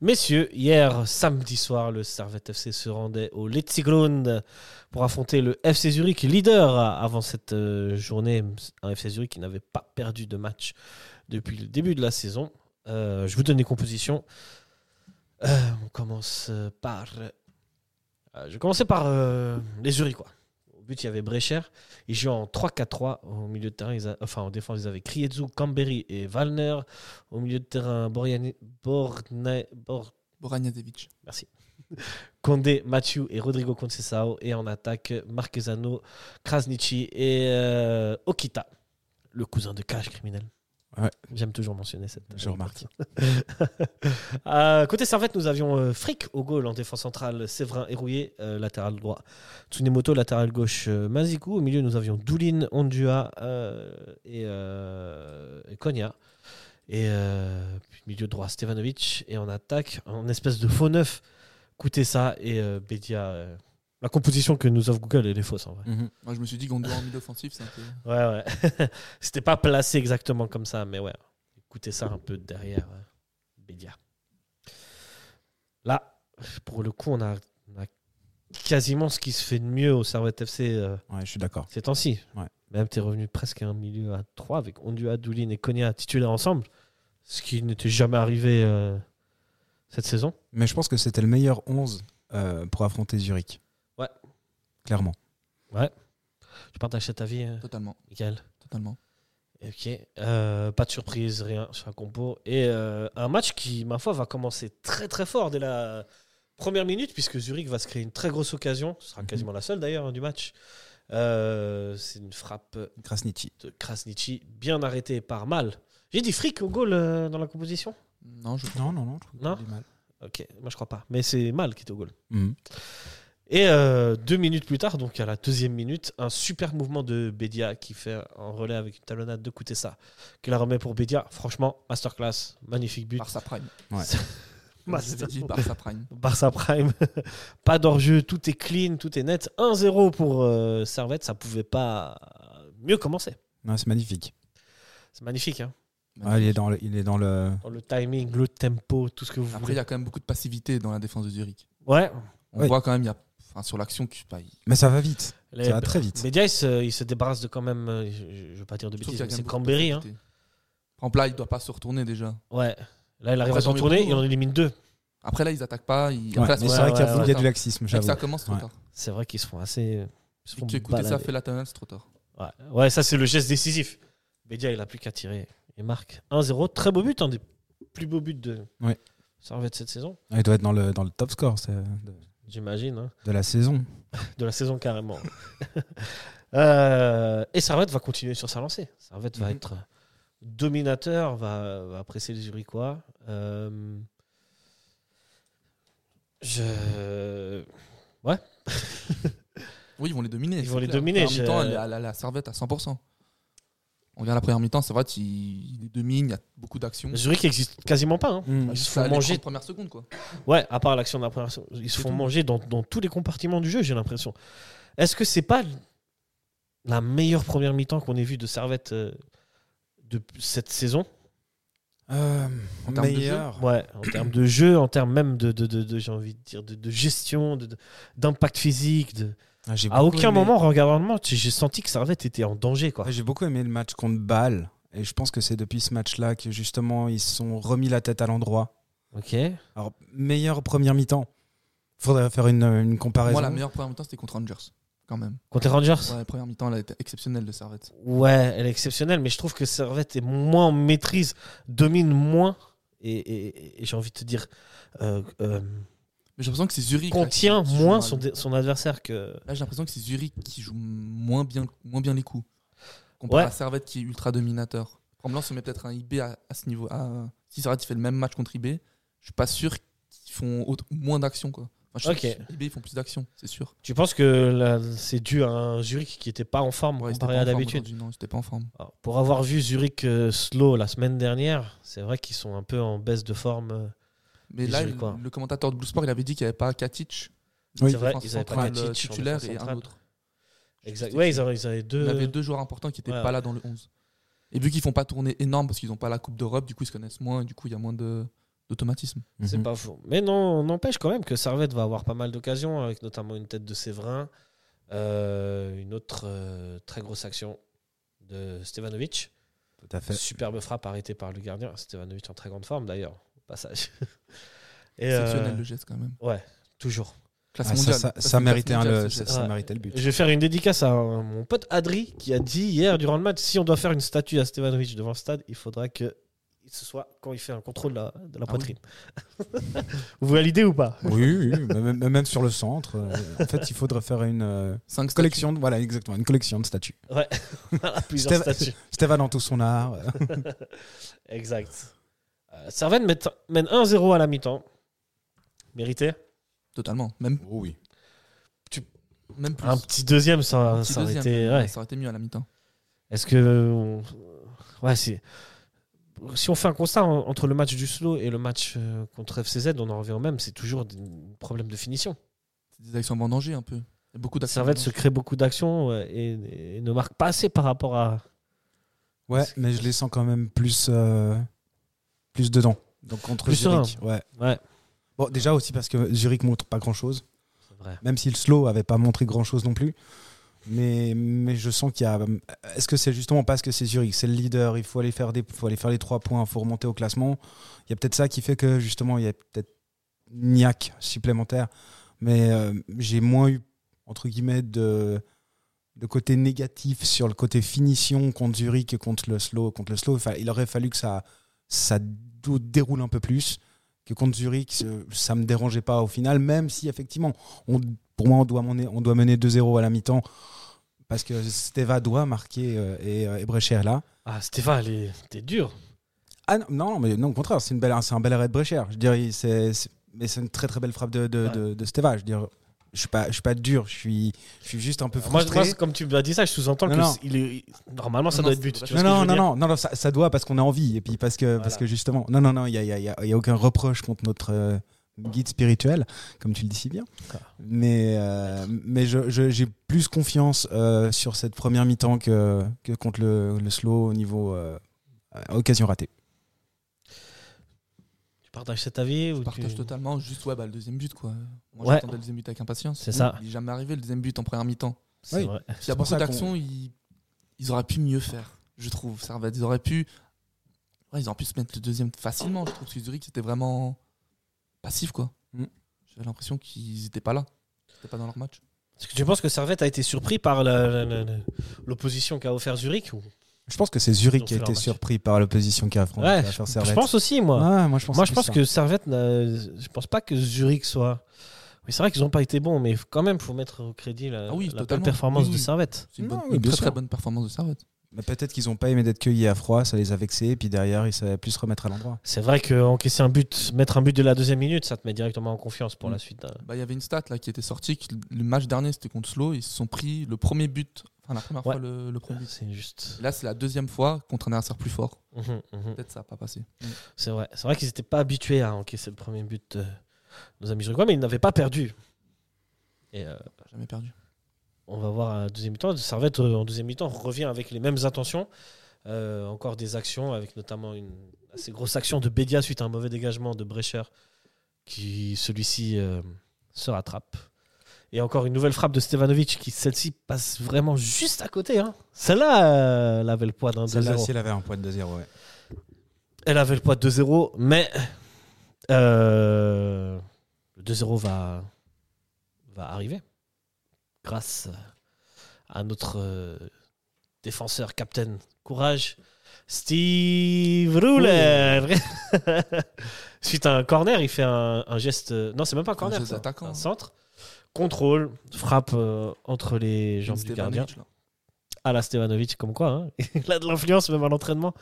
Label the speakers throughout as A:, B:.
A: Messieurs, hier samedi soir, le Servette FC se rendait au Letzigrund pour affronter le FC Zurich, leader avant cette euh, journée. Un FC Zurich qui n'avait pas perdu de match depuis le début de la saison. Euh, je vous donne les compositions. Euh, on commence par. euh, je vais commencer par euh, les Zurichois. Au but, il y avait Brecher. Ils jouaient en 3-4-3. Au milieu de terrain, ils a... enfin en défense, ils avaient Krietsu, Camberi et Valner. Au milieu de terrain, Borjani... Borne... Bor...
B: Boranjadevic.
A: Merci. Condé, Mathieu et Rodrigo Concesao. Et en attaque, Marquezano, Krasnici et euh, Okita, le cousin de Cage criminel.
C: Ouais.
A: J'aime toujours mentionner cette.
C: Je remarque.
A: euh, côté Servette, nous avions euh, Frick au goal en défense centrale, Séverin et Rouillé, euh, latéral droit. Tsunemoto, latéral gauche, Mazikou. Au milieu, nous avions Doulin, Ondua euh, et, euh, et Konya. Et euh, milieu droit, Stevanovic. Et en attaque, en espèce de faux neuf, coûtez ça et euh, Bedia. La composition que nous offre Google, elle est fausse en vrai.
B: Mm -hmm.
C: Mhm.
B: Moi, je me suis dit qu'on doit en milieu offensif. Peu...
A: Ouais, ouais. C'était pas placé exactement comme ça, mais ouais. Écoutez ça un peu derrière euh, Bédia. Là, pour le coup, on a, on a, quasiment ce qui se fait de mieux au Servette FC. Euh,
C: ouais, je suis d'accord.
A: Ces temps-ci.
C: Ouais.
A: Même, t'es revenu presque à un milieu à 3 avec Ondua, Doulin et Konya titulaires ensemble, ce qui n'était jamais arrivé euh, cette saison.
C: Mais je pense que c'était le meilleur 11 pour affronter Zurich clairement.
A: Ouais. Je partage cet avis, euh,
B: Totalement.
A: Michael.
B: Totalement.
A: Ok. Euh, pas de surprise, rien sur la compo. Et euh, un match qui, ma foi, va commencer très très fort dès la première minute, puisque Zurich va se créer une très grosse occasion. Ce sera mm -hmm. quasiment la seule d'ailleurs hein, du match. Euh, C'est une frappe
C: Krasniqi.
A: de Krasniqi, bien arrêtée par Mal. J'ai dit fric au goal euh, dans la composition
B: Non, je...
C: non, non, non. Je
A: non mal. Ok, moi je crois pas. Mais c'est Mal qui est au goal.
C: Mm -hmm.
A: Et euh, deux minutes plus tard, donc à la deuxième minute, un super mouvement de Bédia qui fait un relais avec une talonnade de Koutessa, qui la remet pour Bédia. Franchement, masterclass, magnifique but.
B: Barça Prime.
C: Ouais.
A: Bah,
B: Master... Dit, Barça Prime.
A: Barça Prime. pas d'enjeu, tout est clean, tout est net. 1-0 pour euh, Servette, ça pouvait pas mieux commencer.
C: Non, c'est magnifique.
A: C'est magnifique, hein
C: ah, il est dans le, il est dans le...
A: Dans le timing, le tempo, tout ce que vous
B: Après,
A: voulez.
B: il y a quand même beaucoup de passivité dans la défense de Zurich.
A: Ouais.
B: On
C: Ouais.
B: voit quand même, il y a Enfin, sur l'action qui bah, il-
C: Mais ça va vite.
A: Les-
C: Ça va très vite.
A: Bédia, il se, il se débarrasse de quand même, euh, je, je veux pas dire de
B: je trouve qu'il
A: bêtises,
B: y a
A: mais
B: quand
A: c'est
B: même beaucoup
A: Cranberry.
B: de
A: Hein.
B: facilité. Par exemple, là, il doit pas se retourner déjà.
A: Ouais. Là, il arrive
B: Après,
A: à
B: tant
A: s'en
B: mieux
A: tourner,
B: pour
A: il en élimine deux.
B: Après, là, ils attaquent pas. Ils...
C: Ouais,
B: Après, là,
C: mais
A: ouais,
C: c'est vrai qu'il y a-
A: ouais,
C: il y a
B: ouais.
C: du laxisme,
B: Dès que
C: j'avoue.
B: ça commence trop
C: Ouais.
B: tard.
A: C'est vrai qu'ils se font assez. ils se
B: Dès
A: font
B: que tu écoutes ça,
A: balader.
B: fait la tonnelle, c'est trop tard.
A: Ouais, ouais ça, c'est le geste décisif. Bédia, il a plus qu'à tirer. Et marque 1-0. Très beau but, un des plus beaux buts de
C: Ouais.
A: Servette cette saison,
C: Ouais, Il doit être dans le, dans le top score c'est, de,
A: j'imagine. hein.
C: de la saison.
A: De la saison, carrément. Euh, et Servette va continuer sur sa lancée. Servette va
C: Mhm.
A: être dominateur, va, va presser les Zurichois. Euh, je. Ouais,
B: Oui, ils vont les dominer.
A: Ils
B: c'est
A: vont les
B: clair.
A: dominer,
B: La première
A: je-
B: mi-temps, elle est à la, la servette à 100%. On regarde la première mi-temps, c'est vrai, ils ils les dominent, il y a beaucoup
C: Mhm.
B: d'actions.
A: Zurich existe quasiment pas. hein.
C: Mm.
A: Ils se font
B: Ça, les
A: manger
B: 30 premières secondes, quoi.
A: Ouais, à part l'action de la première, ils se
B: C'est
A: font
B: tout.
A: manger dans, dans tous les compartiments du jeu, j'ai l'impression. Est-ce que c'est pas la meilleure première mi-temps qu'on ait vue de Servette euh, de cette saison
C: Euh,
B: En termes de
C: meilleur.
A: Ouais, en termes de jeu, en termes même de, de, de- de- j'ai envie de dire, de, de gestion, de- de- d'impact physique. de-
C: Ah, j'ai
A: À
C: beaucoup
A: aucun
C: aimé-
A: moment, en regardant le match, j'ai senti que Servette était en danger, quoi.
C: Ouais, j'ai beaucoup aimé le match contre Bâle. Et je pense que c'est depuis ce match-là que justement ils se sont remis la tête à l'endroit.
A: Ok.
C: Alors, meilleure première mi-temps. Faudrait faire une, une comparaison.
B: Moi, la meilleure première mi-temps, c'était contre Rangers, quand même.
A: Contre les Rangers
B: Ouais, la première mi-temps, elle a été exceptionnelle de servette.
A: Ouais, elle est exceptionnelle, mais je trouve que Servette est moins en maîtrise, domine moins, et, et- et j'ai envie de te dire, euh, euh,
B: Mais j'ai l'impression que c'est Zurich. là, qui-
A: contient
B: qui joue
A: moins
B: mal.
A: son, dé- son adversaire que.
B: Là, j'ai l'impression que c'est Zurich qui joue moins bien, moins bien les coups. Comparé
A: Ouais.
B: à Servette qui est ultra dominateur. Tremblant se met peut-être un IB à, à ce niveau. à- si Servette fait le même match contre IB, je suis pas sûr qu'ils font autre- moins d'actions. quoi. Enfin, je
A: Ok.
B: sais que IB, ils font plus d'actions, c'est sûr.
A: Tu penses que là, c'est dû à un Zurich qui n'était pas en forme
B: Ouais, ils étaient
A: comparé
B: pas
A: à
B: en forme
A: d'habitude
B: aujourd'hui, Non, c'était pas en forme.
A: Alors, Pour avoir vu Zurich euh, slow la semaine dernière, c'est vrai qu'ils sont un peu en baisse de forme. euh.
B: Mais
A: Ils
B: là,
A: jouent
B: il-
A: quoi
B: le commentateur de Blue Sport, il avait dit qu'il n'y avait pas Katic.
C: Oui.
A: c'est vrai,
B: défenseur
A: ils avaient pas
B: central,
A: Katic
B: euh,
A: sur
B: titulaire
A: défense
B: et un
A: centrale.
B: autre.
A: Exact.
B: Je sais
A: Ouais,
B: plus
A: ils avaient, ils avaient
C: Euh.
A: deux.
B: On avait deux joueurs importants qui n'étaient
A: Ouais, ouais.
B: pas là dans le 11. Et vu qu'ils font pas tourner énorme parce qu'ils n'ont pas la Coupe d'Europe, du coup ils se connaissent moins, et du coup il y a moins de, d'automatisme.
A: C'est
C: Mhm.
A: pas faux. Mais non, n'empêche quand même que Servette va avoir pas mal d'occasions, avec notamment une tête de Séverin, euh, une autre euh, très grosse action de Stevanovic.
C: Tout à fait.
A: Superbe frappe arrêtée par le gardien. Stevanovic en très grande forme d'ailleurs, au passage. Et euh,
B: Exceptionnel le geste quand même.
A: toujours.
B: Classe
C: Ah, ça,
B: mondiale.
C: ça,
B: Ça,
C: ça
B: c'est une
C: méritait
B: classe
C: un-
B: mondiale,
C: le,
B: ce
C: ça,
B: geste.
C: ça
A: Ouais.
C: méritait le but.
A: Je vais faire une dédicace à euh, mon pote Adri qui a dit hier durant le match si on doit faire une statue à Stevanovic devant le stade, il faudra que ce soit quand il fait un contrôle de la, de la
B: Ah
A: poitrine.
B: oui.
A: Vous validez ou pas
C: Oui, oui, oui, mais même, même sur le centre. euh, En fait, il faudrait faire une euh,
B: Cinq statues.
C: collection, de- voilà, exactement, une collection de statues.
A: Voilà, plusieurs
C: Stéva-
A: statues.
C: Stéphane dans tout son art. euh.
A: Exact. Euh, Servette met- mène 1-0 à la mi-temps. Mérité.
B: Totalement. Même,
C: Oh oui.
B: même plus.
A: Un petit deuxième, ça,
B: Un
A: Ah, bah,
B: petit
A: ça aurait
B: deuxième,
A: été. ouais.
B: Ça aurait été mieux à la mi-temps.
A: Est-ce que. euh, on- Ouais, c'est- Si on fait un constat en- entre le match du slow et le match euh, contre FCZ, on en revient au même, c'est toujours des problèmes de finition.
B: C'est des actions vendangées un peu. Il y a beaucoup d'actions.
A: Servette se
B: vendangées.
A: crée beaucoup d'actions ouais, et, et ne marque pas assez par rapport à.
C: Ouais, mais je les sens quand même plus, euh, plus dedans. Donc contre
A: Plus
C: Zurich. Ouais.
A: Ouais,
C: Bon, déjà aussi parce que Zurich montre pas grand chose,
A: c'est vrai.
C: même si le slow avait pas montré grand chose non plus. Mais, mais je sens qu'il y a. Est-ce que c'est justement parce que c'est Zurich, c'est le leader, il faut aller faire des, faut aller faire les trois points, il faut remonter au classement. Il y a peut-être ça qui fait que justement il y a peut-être une niaque supplémentaire. Mais euh, j'ai moins eu entre guillemets de, de côté négatif sur le côté finition contre Zurich que contre le slow. Contre le slow, Enfin, il aurait fallu que ça ça dou- déroule un peu plus. Que contre Zurich, ce- ça me dérangeait pas au final, même si effectivement, on, pour moi, on doit mener, on doit mener 2-0 à la mi-temps parce que Steva doit marquer euh, et, euh, et Brecher est là.
A: Ah, Stéphane, elle est- t'es dur.
C: Ah non, non, mais non, au contraire, c'est une belle, c'est un bel arrêt de Brecher. Je dirais, c'est, c'est- mais c'est une très très belle frappe de, de,
A: Ouais.
C: de- de Steva. Je dirais, je suis pas, je suis pas dur, je suis, je suis juste un peu
A: Moi,
C: frustré.
A: moi, c'est- comme tu m'as dit ça, je sous-entends
C: Non,
A: que
C: non.
A: c'est- il est- normalement ça
B: Non,
A: doit
B: non,
A: être but.
B: c'est-
A: tu vois
C: Non,
A: ce que je
C: non,
A: veux
C: non,
A: dire
C: non, non, non, ça, ça doit parce qu'on a envie. Et puis parce que, parce
A: Voilà.
C: que justement. Non, non, non, il n'y a, il y a- il y a- il y a aucun reproche contre notre euh, guide spirituel, comme tu le dis si bien.
A: D'accord.
C: Mais, euh, mais je- je- j'ai plus confiance euh, sur cette première mi-temps que, que contre le, le slow au niveau euh, occasion ratée.
A: Tu partages cet avis ou
B: Je partage
A: tu-
B: totalement. Juste, ouais, bah, le deuxième but, quoi. Moi,
A: Ouais.
B: j'attendais le deuxième but avec impatience.
A: C'est ça.
B: Il n'est jamais arrivé, le deuxième but en première mi-temps.
A: C'est
C: Oui.
A: vrai.
B: Il y a
C: pour
B: beaucoup
C: ça qu'on-
B: d'actions, ils, ils auraient pu mieux faire, je trouve. Servette, ils auraient pu. ouais, ils auraient pu se mettre le deuxième facilement, je trouve. Parce que Zurich, c'était vraiment passif, quoi.
C: Mm.
B: J'avais l'impression qu'ils n'étaient pas là. Ils n'étaient pas dans leur match.
A: Est-ce que tu penses que Servette a été surpris par la- la- la- la- l'opposition qu'a offert Zurich ou-
C: Je pense que c'est
A: Ils
C: Zurich
A: ont
C: qui
A: fait
C: a
A: leur
C: été
A: match.
C: surpris par l'opposition qu'a affronté
A: Ouais,
C: la Fer
A: Je
C: Servette.
A: pense aussi, moi.
C: Ouais, moi, je pense,
A: moi,
C: que
A: je
C: c'est
A: pense
C: ça.
A: que Servette, n'a- je pense pas que Zurich soit. Oui, c'est vrai qu'ils n'ont pas été bons, mais quand même, faut mettre au crédit la,
B: Ah oui,
A: la belle
B: totalement.
A: performance
B: Oui,
A: de
B: oui.
A: Servette.
B: C'est une,
C: Non,
B: bonne-
C: oui,
B: une
C: bien
B: très
C: sûr.
B: très bonne performance de Servette.
C: Mais Peut-être qu'ils n'ont pas aimé d'être cueillis à froid, ça les a vexés. Et puis derrière, ils savaient plus se remettre à l'endroit.
A: C'est vrai qu'encaisser un but, mettre un but de la deuxième minute, ça te met directement en confiance pour
B: Mm.
A: la suite. hein.
B: Bah, Il y avait une stat là, qui était sortie. que le match dernier, c'était contre Slow. Ils se sont pris le premier but. Enfin, la première
A: Ouais.
B: fois, le, le premier but.
A: C'est juste.
B: Et là, c'est la deuxième fois contre un adversaire plus fort.
A: Mhm, mhm.
B: Peut-être ça n'a pas passé.
A: C'est vrai. C'est vrai qu'ils n'étaient pas habitués à encaisser le premier but euh, de nos amis Zurichois, mais ils n'avaient pas perdu. Et euh,
B: Jamais perdu.
A: on va voir un deuxième mi-temps. Servette, euh, en deuxième mi-temps, revient avec les mêmes intentions. Euh, encore des actions, avec notamment une assez grosse action de Bédia suite à un mauvais dégagement de Brecher, qui celui-ci euh, se rattrape. Et encore une nouvelle frappe de Stevanovic, qui celle-ci passe vraiment juste à côté. hein. Celle-là, euh, elle avait le poids d'un
C: Celle-là,
A: 2-0.
C: si elle avait un point de 2-0, ouais.
A: Elle avait le poids de 2-0, mais euh, le 2-0 va, va arriver grâce à notre euh, défenseur, captain courage, Steve Ruler. Suite à un corner, il fait un, un geste. euh, Non, c'est même pas un corner.
B: geste
A: ça.
B: d'attaquant, hein.
A: Un centre. Contrôle, frappe euh, entre les jambes du
B: Stevanovic,
A: gardien
B: là.
A: à la Stevanovic, comme quoi, hein. il a de l'influence même à l'entraînement.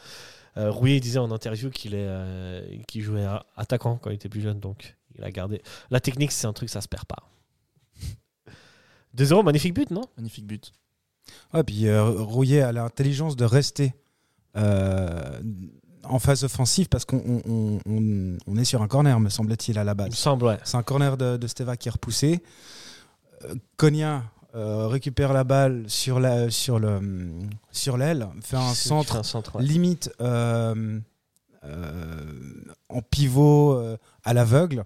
A: Euh, Rouillet disait en interview qu'il est, euh, qu'il jouait à- attaquant quand il était plus jeune, donc il a gardé. La technique, c'est un truc, ça se perd pas. 2-0, magnifique but, non
B: Magnifique but.
C: Ouais, puis euh, Rouillet a l'intelligence de rester euh, en phase offensive parce qu'on on- on- on- on est sur un corner, me semble-t-il, à la
A: Il me
C: base.
A: semble, ouais.
C: C'est un corner de, de Steva qui est repoussé. Euh, Konya euh, récupère la balle sur l'aile, sur le, sur l'aile, fait un
A: C'est-
C: centre
A: c'est Un centre ouais.
C: limite euh, euh, en pivot euh, à l'aveugle.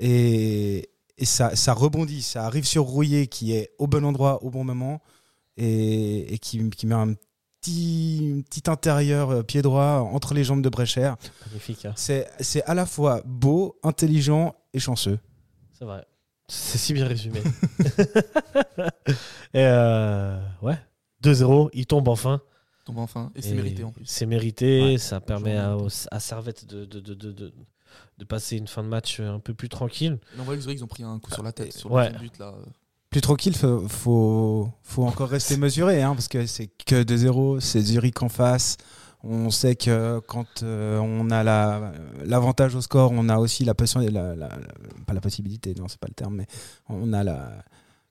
C: Et, et ça, ça rebondit, ça arrive sur Rouillé qui est au bon endroit, au bon moment, et, et qui, qui met un petit, petit intérieur euh, pied droit entre les jambes de Brecher.
A: Magnifique, hein.
C: C'est c'est à la fois beau, intelligent et chanceux.
A: c'est vrai. C'est si bien résumé. et euh, ouais, 2-0, il tombe enfin.
B: tombe enfin. Et
A: Et
B: c'est mérité en plus.
A: C'est mérité,
B: Ouais,
A: ça permet à,
B: mérité.
A: à Servette de, de, de, de, de- de passer une fin de match un peu plus tranquille.
B: Mais on voit que Zurich, ils ont pris un coup sur la tête, sur le
A: Ouais.
B: deuxième but là.
C: Plus tranquille, faut, faut, faut encore rester mesuré, hein, parce que c'est que 2-0, c'est Zurich en face. On sait que quand euh, on a la- l'avantage au score, on a aussi la possibilité, pas la possibilité, non, c'est pas le terme, mais on a la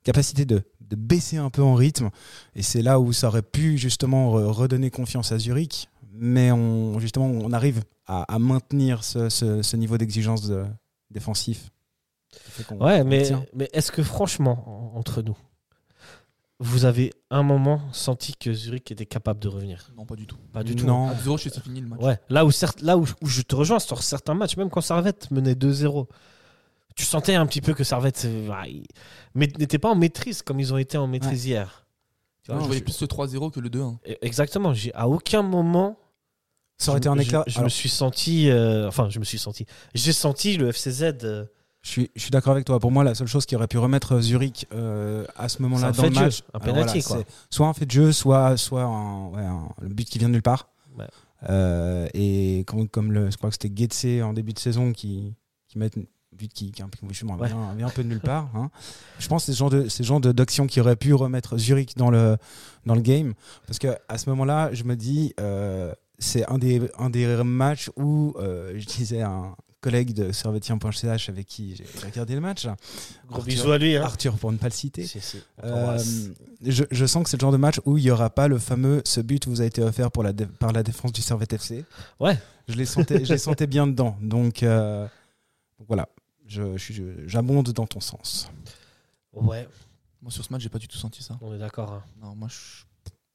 C: capacité de, de baisser un peu en rythme. Et c'est là où ça aurait pu justement re- redonner confiance à Zurich, mais on, justement, on arrive à, à maintenir ce, ce- ce niveau d'exigence euh, défensif. Ça fait qu'on-
A: Ouais,
C: qu'on
A: mais,
C: tient.
A: mais est-ce que franchement, en- entre nous, vous avez un moment senti que Zurich était capable de revenir
B: Non, pas du tout.
A: Pas du tout.
C: Non.
B: À 0 je sais c'est fini le match.
A: Ouais, là où, certes, là où, où je te rejoins sur certains matchs, même quand Servette menait 2-0, tu sentais un petit peu que Servette euh, bah, il- mais n'était pas en maîtrise comme ils ont été en maîtrise hier. Tu vois,
B: je
A: je-
B: voyais plus le 3-0 que le 2-1.
A: Exactement, j'ai à aucun moment
C: Ça aurait été un
A: je-
C: éclat.
A: Je,
C: Alors,
A: me suis senti, euh, enfin, je me suis senti, j'ai senti le FCZ. euh,
C: Je suis, je suis d'accord avec toi. Pour moi, la seule chose qui aurait pu remettre Zurich euh, à ce moment-là
A: C'est un
C: dans le
A: fait de
C: match,
A: jeu, un
C: alors
A: penalty, quoi.
C: c'est soit un fait de jeu, soit, soit un, ouais, un- le but qui vient de nulle part.
A: Ouais.
C: Euh, et comme, comme le, je crois que c'était Getse en début de saison qui, qui met une- un but qui, qui, un- qui justement,
A: Ouais.
C: vient, vient un peu de nulle part. hein. Je pense que c'est ce genre de ces genre de- d'action qui aurait pu remettre Zurich dans le, dans le game. Parce que à ce moment-là, je me dis, euh, c'est un des, un des matchs où euh, je disais à un collègue de servetien.ch avec qui j'ai j'ai regardé le match, là,
A: Gros
C: Arthur.
A: bisous à lui. hein.
C: Arthur pour ne pas le citer.
A: Si, si, on
C: Euh,
A: t'embrasse.
C: je, je sens que c'est le genre de match où il n'y aura pas le fameux ce but vous a été offert pour la dé- par la défense du Servette FC.
A: Ouais.
C: Je les sentais, je les sentais bien dedans. Donc euh, voilà, je- je suis- je- j'abonde dans ton sens.
A: Ouais,
B: Moi sur ce match, j'ai pas du tout senti ça.
A: on est d'accord. hein.
B: Non, moi je,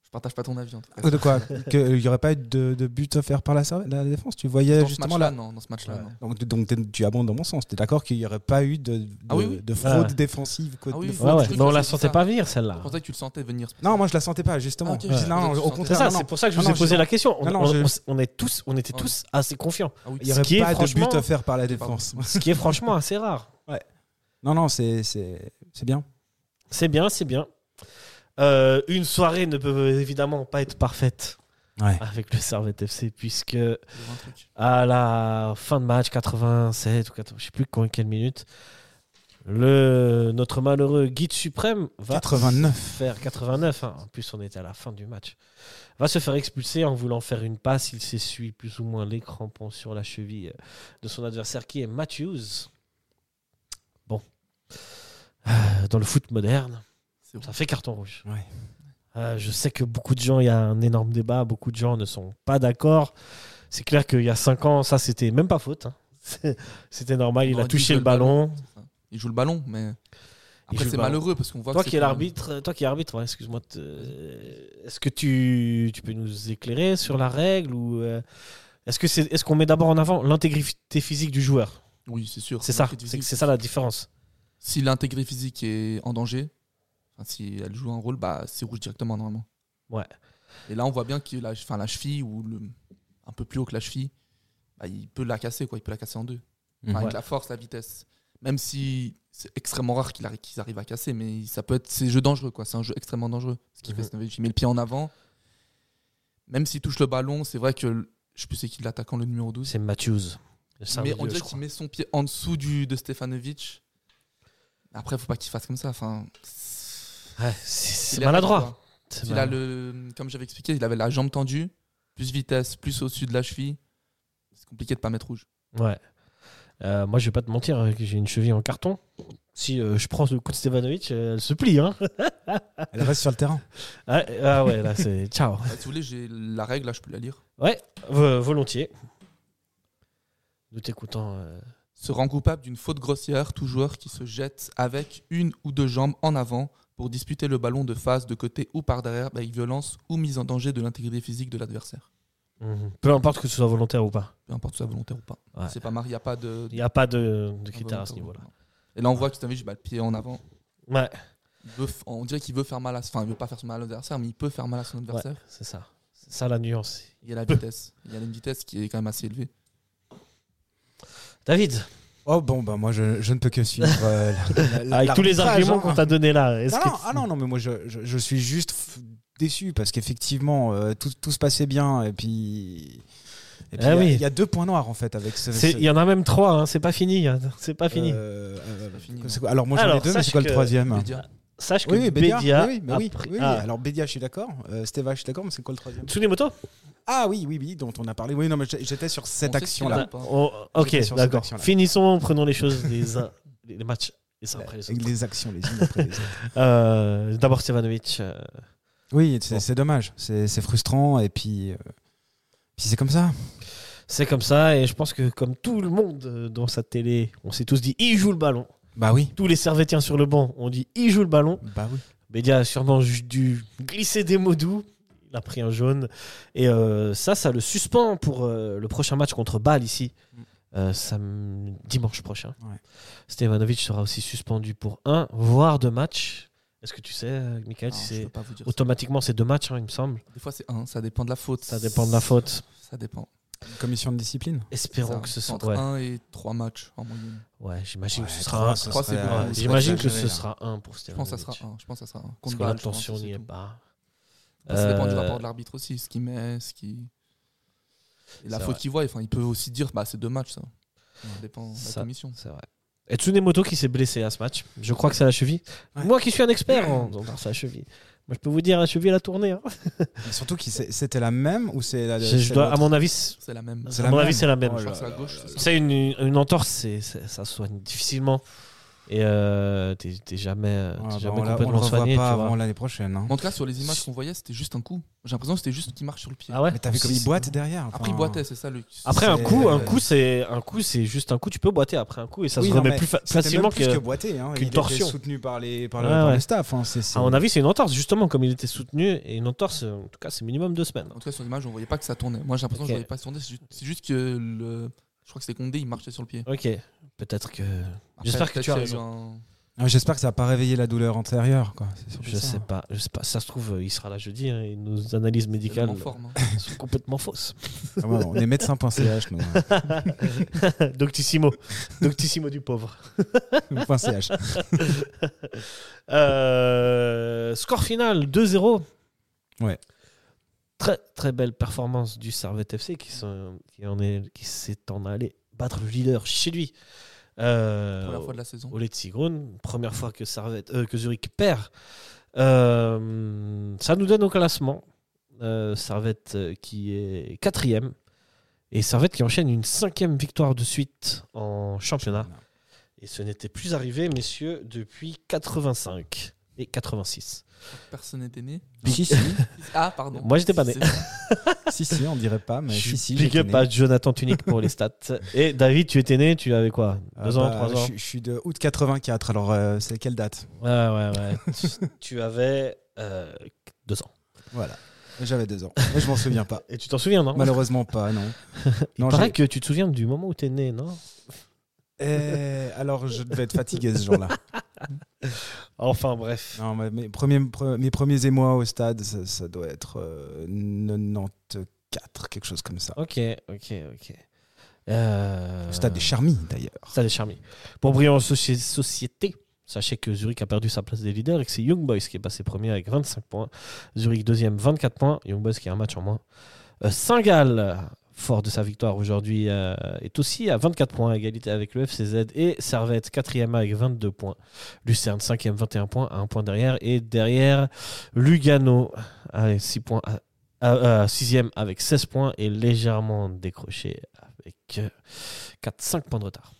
B: je partage pas ton avis en tout cas.
C: De quoi Qu'il n'y aurait pas eu de, de but offert par la, Servette- la défense Tu voyais
B: Dans ce
C: justement
B: match-là,
C: là.
B: non, dans ce match-là,
A: Ouais.
B: non.
C: Donc, donc t'es- tu abondes dans mon sens. Tu es d'accord qu'il n'y aurait pas eu de, de,
B: Ah oui, oui.
C: de fraude
A: Ah.
C: défensive côté-
B: Ah oui,
C: de
B: oui.
C: fraude-
A: Ouais, ouais,
B: truc,
A: mais on
B: là,
A: la
B: c'est
A: sentais
B: ça.
A: pas venir
B: Je
A: celle-là.
B: pensais que tu le sentais venir.
C: Non, moi je la sentais pas justement.
B: Ah, ok,
C: Je dis,
B: je
C: non,
B: pensais que
C: au
B: tu
A: C'est
C: contraire,
A: ça,
C: non,
A: c'est
C: non.
A: pour ça que je
C: Non,
A: vous ai
C: non,
A: posé
C: je-
A: la question. On,
C: Non, non,
A: on-
C: je-
A: on- on est tous, on était
B: Ouais.
A: tous assez confiants.
B: Ah oui,
C: Il n'y aurait
A: Ce qui est
C: pas de
A: franchement-
C: but offert par la défense.
A: Ce qui est franchement assez rare.
C: Non, non, c'est c'est- c'est bien.
A: C'est bien, c'est bien. Euh, une soirée ne peut évidemment pas être parfaite
C: Ouais.
B: Ah,
A: avec le Servette FC, puisque
B: il y avait un truc.
A: à la fin de match, 87 ou 80, je sais plus quand- quelle minute, le, notre malheureux guide suprême va
C: 89.
A: faire 89. hein. En plus, on était à la fin du match. Va se faire expulser en voulant faire une passe. Il s'essuie plus ou moins les crampons sur la cheville de son adversaire qui est Matthews. Bon. Euh, Dans le foot moderne,
B: C'est bon.
A: ça fait carton rouge.
C: Ouais.
A: Euh, je sais que beaucoup de gens, il y a un énorme débat, beaucoup de gens ne sont pas d'accord. C'est clair qu'il y a 5 ans, ça, c'était même pas faute. hein. C'est- C'était normal, il
B: aurait
A: a
B: dit
A: touché
B: que
A: le
B: le
A: ballon.
B: Il joue le ballon, mais
A: Il
B: après
A: joue
B: c'est
A: le ballon.
B: malheureux parce qu'on voit.
A: Toi
B: que
A: qui
B: c'est
A: es
B: quand-
A: l'arbitre, toi qui es arbitre, ouais, excuse-moi, te- euh, est-ce que tu, tu peux nous éclairer sur la règle ou euh, est-ce que c'est est-ce qu'on met d'abord en avant l'intégrité physique du joueur
B: Oui, c'est sûr.
A: C'est ça,
B: l'intégrité
A: c'est
B: physique.
A: c'est ça la différence.
B: Si l'intégrité physique est en danger, enfin, si elle joue un rôle, bah c'est rouge directement normalement.
A: Ouais.
B: Et là, on voit bien que la, enfin, la cheville ou le, un peu plus haut que la cheville, bah, il peut la casser quoi. Il peut la casser en deux. Enfin,
A: Ouais.
B: Avec la force, la vitesse. Même si c'est extrêmement rare qu'il arri- qu'ils arrivent à casser, mais ça peut être c'est jeu dangereux quoi. C'est un jeu extrêmement dangereux. Ce qu'il
A: Mhm.
B: fait, Stanovic. il met le pied en avant. Même s'il touche le ballon, c'est vrai que le- je sais plus c'est qui l'attaquant le numéro 12.
A: C'est Matthews. le
B: Il met-
A: Serbe,
B: on
A: je
B: dirait
A: crois.
B: qu'il met son pied en dessous du, de Stefanovic. Après, faut pas qu'il fasse comme ça. Enfin, c'est
A: Ouais, c'est c'est
B: il est
A: maladroit.
B: maladroit.
A: C'est
B: Il a le, comme j'avais expliqué, il avait la jambe tendue, plus vitesse, plus au-dessus de la cheville. C'est compliqué de pas mettre rouge.
A: Ouais. Euh, moi, je vais pas te mentir, euh, que j'ai une cheville en carton. Si euh, je prends le coup de Stevanovic, euh, elle se plie. Hein
C: Elle reste sur le terrain.
A: ah, ah ouais, là, c'est ciao.
B: Ah, si vous voulez, j'ai la règle, là, je peux la lire.
A: Ouais, vo- volontiers. Nous t'écoutons. euh,
B: se rend coupable d'une faute grossière tout joueur qui se jette avec une ou deux jambes en avant pour disputer bah, le ballon de face, de côté ou par derrière avec violence ou mise en danger de l'intégrité physique de l'adversaire.
A: Mhm. Peu importe que ce soit volontaire ou pas.
B: peu importe sa volonté ou pas.
A: Ouais.
B: C'est pas marié, il n'y a pas de.
A: Il n'y a pas de, de
B: de
A: critères à ce
B: volonté ou
A: niveau-là.
B: pas. Et là, on voit que Stamvich bat le pied en avant.
A: Ouais,
B: Il veut f- On dirait qu'il veut faire mal à. Enfin, il veut pas faire mal à l'adversaire, mais il peut faire mal à son adversaire.
A: c'est ça. C'est ça la nuance.
B: Il y a la vitesse. Il y a une vitesse qui est quand même assez élevée.
A: David,
C: Oh bon, bah moi je, je ne peux que suivre. euh, la- la-
A: avec tous les
C: l'arbitrage,
A: arguments
C: hein.
A: qu'on t'a donnés là, est-ce
C: Ah
A: que
C: non, ah non, non, mais moi je, je- je suis juste f- déçu parce qu'effectivement euh, tout, tout se passait bien et puis. et puis, il y
A: Ah
C: a-
A: oui.
C: Il y a deux points noirs en fait avec ce.
A: c'est-
C: ce-
A: il y en a même trois, hein, c'est pas fini. hein, c'est pas fini.
C: Euh, euh,
B: pas fini,
C: c'est
B: non.
C: quoi- Alors moi j'en ai
A: Alors,
C: deux, mais c'est
A: sache
C: quoi
A: que-
C: le troisième
B: Je veux dire,
A: Sache que
C: Oui, oui, Bédia.
A: Bédia
C: oui, oui, bah
A: a
C: oui,
A: pris-
C: oui, oui.
A: Ah,
C: Alors Bédia, je suis d'accord. Euh, Steva, je suis d'accord, mais c'est quoi le troisième
A: Tsunemoto
C: Ah oui, oui, oui, dont on a parlé. Oui, non, mais j'ai- j'étais sur cette
B: On sait
C: action-là.
B: qu'il a-
A: Oh,
C: hein. J'étais
A: Ok,
C: sur cette
A: d'accord.
C: action-là.
A: Finissons, prenons les choses les uns, les les matchs les uns après les
C: Avec
A: autres.
C: les actions, les unes après les autres.
A: Euh, D'abord Stevanovic. euh,
C: Oui, c'est
A: Bon.
C: c'est dommage, c'est c'est frustrant et puis, euh, puis c'est comme ça.
A: C'est comme ça, et je pense que comme tout le monde euh, dans sa télé, on s'est tous dit il joue le ballon.
C: Bah oui.
A: Tous les servettiens sur le banc, on dit il joue le ballon.
C: Bah oui.
A: Bédia a sûrement ju- dû glisser des mots doux. Il a pris un jaune. Et euh, ça, ça le suspend pour euh, le prochain match contre Bâle ici, euh, sam- dimanche prochain.
C: Ouais.
A: Stevanovic sera aussi suspendu pour un, voire deux matchs. Est-ce que tu sais, euh, Michael,
B: Non,
A: si
B: je
A: c'est
B: peux pas vous dire.
A: automatiquement c'est deux matchs, hein, il me semble.
B: Des fois, c'est un. Ça dépend de la faute.
A: Ça dépend de la faute.
B: Ça dépend.
C: Commission de discipline.
A: Espérons
B: Ça,
A: que ce soit.
B: entre
A: Ouais,
B: 1 et 3 matchs en moyenne.
A: Ouais, j'imagine que ce
C: Ouais,
A: sera
C: trois,
A: un.
C: ça
B: trois,
C: serait-
B: c'est
C: ouais,
B: bon.
C: ça
A: Ouais,
C: serait
A: J'imagine que
C: exagéré,
A: ce
C: là.
A: sera un pour
B: Je
A: Stevanovic.
B: pense que ça sera 1. Je pense que ça sera 1.
A: Parce que l'attention n'y est pas.
B: Ça dépend du
A: Euh,
B: rapport de l'arbitre aussi, ce qu'il met, ce qui. Et la
A: C'est
B: faute
A: vrai.
B: qu'il voit, enfin, il peut aussi dire bah, c'est deux matchs, ça. Ça dépend de la
A: Ça-
B: commission.
A: C'est vrai. Et Tsunemoto qui s'est blessé à ce match. Je crois que c'est à la cheville.
C: Ouais.
A: Moi qui suis un expert en, en c'est à la cheville. Moi je peux vous dire la cheville elle a tourné. hein.
C: Mais surtout que c'est- c'était la même ou c'est la.
A: Je-
C: c'est
A: je dois,
C: l'autre
A: à mon avis, c'est-
B: C'est la même.
C: C'est
A: à
C: la
A: mon
C: même.
A: avis c'est la même.
C: Oh
B: Je
C: là
B: crois que c'est à gauche. c'est ça
A: c'est une, une entorse, c'est- c'est- ça se soigne difficilement et euh, t'es t'es jamais, euh,
C: Ouais,
A: t'es
C: bah,
A: jamais
C: on, la- on le
A: complètement
C: revoit
A: soigné.
C: pas
A: tu vois.
C: avant l'année prochaine. hein.
B: Mais en tout cas, sur les images qu'on voyait, c'était juste un coup. J'ai l'impression que c'était juste qu'il marche sur le pied.
A: Ah ouais.
C: Mais t'as vu comme il boite derrière. enfin.
B: Après, il boitait, c'est ça le.
A: Après un
C: C'est- euh,
A: coup, un coup c'est un coup c'est juste un coup. Tu peux boiter après un coup et ça
C: Oui,
A: se
C: non,
A: remet
C: mais
A: plus fa-
C: c'était même
A: facilement
C: plus
A: que.
C: boiter. hein.
A: qu'une
C: Il était
A: torsion.
C: soutenu par les par,
A: Ouais,
C: le, par
A: ouais.
C: le staff. hein. C'est- c'est-
A: À mon avis c'est une entorse justement comme il était soutenu et une entorse en tout cas c'est minimum deux semaines.
B: En tout cas, sur l'image, on voyait pas que ça tournait. Moi, j'ai l'impression que
A: Ok.
B: je voyais pas que ça tourner. C'est juste, c'est juste que le. Je crois que c'était Condé, il marchait sur le pied.
A: Ok. Peut-être que
B: Après,
A: J'espère que
B: peut-être
A: tu as
B: qu'il y a eu un-
C: Ah, J'espère que ça n'a pas réveillé la douleur antérieure. quoi. C'est surtout
A: Je
C: ça. hein.
A: sais pas, je sais pas. Ça se trouve, euh, il sera là jeudi hein, et nos analyses médicales
B: en forme. hein.
A: euh, sont complètement fausses.
C: Ah, ouais, on est médecin.ch. nous, hein.
A: Doctissimo, Doctissimo du pauvre.
C: hein. Point .ch.
A: Euh, score final 2-0.
C: Ouais.
A: Très très belle performance du Servette FC qui, sont- qui en est, qui s'est en allé battre le leader chez lui. Euh,
B: Première fois de la saison.
A: au Letzigrun. Première fois que, Servette, euh, que Zurich perd. Euh, ça nous donne au classement. Euh, Servette euh, qui est quatrième. Et Servette qui enchaîne une cinquième victoire de suite en championnat. Et ce n'était plus arrivé, messieurs, depuis 85 et 86.
B: Personne n'était né.
C: Si, si,
B: Ah, pardon.
A: Moi, j'étais pas né.
B: C'est-
C: si, si, on dirait pas, mais si, si.
A: Big
C: j'étais
A: up
C: né.
A: à Jonathan Tunic pour les stats. Et David, tu étais né, tu avais quoi
C: Ah,
A: Deux ans,
C: bah,
A: trois ans
C: je, je suis de août 84, alors euh, c'est quelle date
A: Ouais, ouais, ouais. tu, tu avais euh, deux ans.
C: Voilà. J'avais deux ans. Mais je m'en souviens pas.
A: Et tu t'en souviens, non
C: Malheureusement pas, non.
A: Il
C: Non,
A: paraît
C: j'ai-
A: que tu te souviens du moment où t'es né, non
C: Eh, alors je devais être fatigué ce jour-là.
A: Enfin bref.
C: Non, mais mes premiers, pre- mes premiers émois au stade, ça, ça doit être euh, 94, quelque chose comme ça.
A: Ok, ok, ok. Euh,
C: Au stade des Charmilles d'ailleurs.
A: Stade des Charmilles. Pour Brillant Soci- Société, sachez que Zurich a perdu sa place des leaders et que c'est Young Boys qui est passé premier avec 25 points. Zurich deuxième, 24 points. Young Boys qui a un match en moins. Euh, Saint-Gall, euh, fort de sa victoire aujourd'hui, euh, est aussi à 24 points, à égalité avec le FCZ. Et Servette, quatrième avec 22 points. Lucerne, cinquième, 21 points, à un point derrière. Et derrière, Lugano, à 6 points. à- à- à sixième avec 16 points et légèrement décroché avec 4-5 points de retard.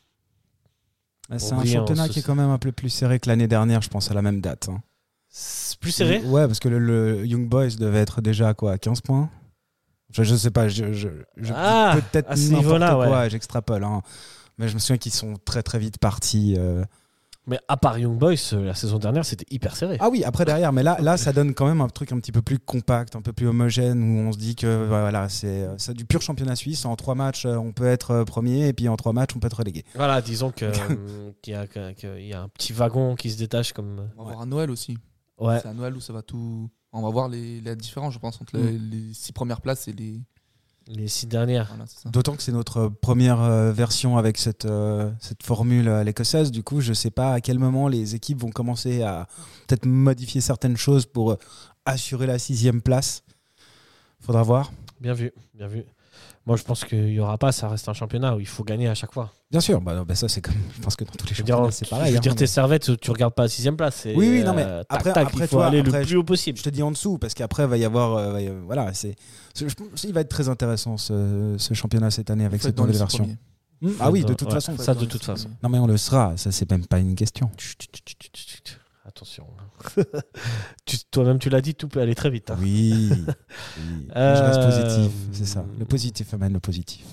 C: Ah, C'est un
A: Brillant,
C: championnat
A: ce-
C: qui est quand même un peu plus serré que l'année dernière, je pense, à la même date. hein.
A: C'est Plus serré
C: Ouais, parce que le, le Young Boys devait être déjà à quoi à 15 points je, je sais pas, je, je, je-
A: Ah,
C: peut-être
A: à ce
C: n'importe
A: niveau-là,
C: quoi, j'extrapole. hein. Mais je me souviens qu'ils sont très très vite partis. euh,
A: Mais à part Young Boys, euh, la saison dernière, c'était hyper serré.
C: Ah oui, après derrière, mais là, là, ça donne quand même un truc un petit peu plus compact, un peu plus homogène, où on se dit que voilà, c'est euh, ça du pur championnat suisse. En trois matchs, euh, on peut être euh, premier, et puis en trois matchs, on peut être relégué.
A: Voilà, disons que, euh, qu'il y, a- que- qu'il y a un petit wagon qui se détache comme. euh,
B: On va voir à Noël aussi.
A: Ouais.
B: C'est à Noël où ça va tout. On va voir les, la différence, je pense, entre les,
A: Mm.
B: les six premières places et les.
A: Les six dernières.
B: Voilà, c'est ça.
C: D'autant que c'est notre première euh, version avec cette, euh, cette formule à l'écossaise. Du coup, je sais pas à quel moment les équipes vont commencer à peut-être modifier certaines choses pour euh, assurer la sixième place. Faudra voir.
A: Bien vu, bien vu. Moi, je pense qu'il n'y aura pas, ça reste un championnat où il faut gagner à chaque fois.
C: Bien sûr, bah, non, bah, ça c'est comme. Je pense que dans tous les
A: Je veux dire,
C: championnats, c'est pareil.
A: je veux
C: hein,
A: dire,
C: mais-
A: tes servettes, tu regardes pas la sixième place. c'est,
C: Oui, oui, non, mais
A: euh, tac,
C: après-
A: tac,
C: après,
A: il faut
C: toi,
A: aller
C: après,
A: le plus haut possible.
C: Je te dis en dessous, parce qu'après, il va y avoir. euh, va y- voilà, c'est. c'est- je pense- Il va être très intéressant ce, ce championnat cette année avec
B: Faut être
C: cette
B: dans les
C: nouvelle
B: six
C: version.
B: premiers.
C: Hmm, ah oui, de
A: Ouais.
C: toute
A: Ouais.
C: façon.
B: Faut
A: Ça,
B: être dans
A: de
B: les
A: toute
B: six
A: façon.
B: premiers.
C: Non, mais on le sera, ça c'est même pas une question.
A: Chut, chut, chut, chut, chut, chut. Attention. Tu- Toi-même, tu l'as dit, tout peut aller très vite. hein.
C: Oui. oui. Je
A: Euh,
C: reste positif, c'est ça. Le positif amène le positif.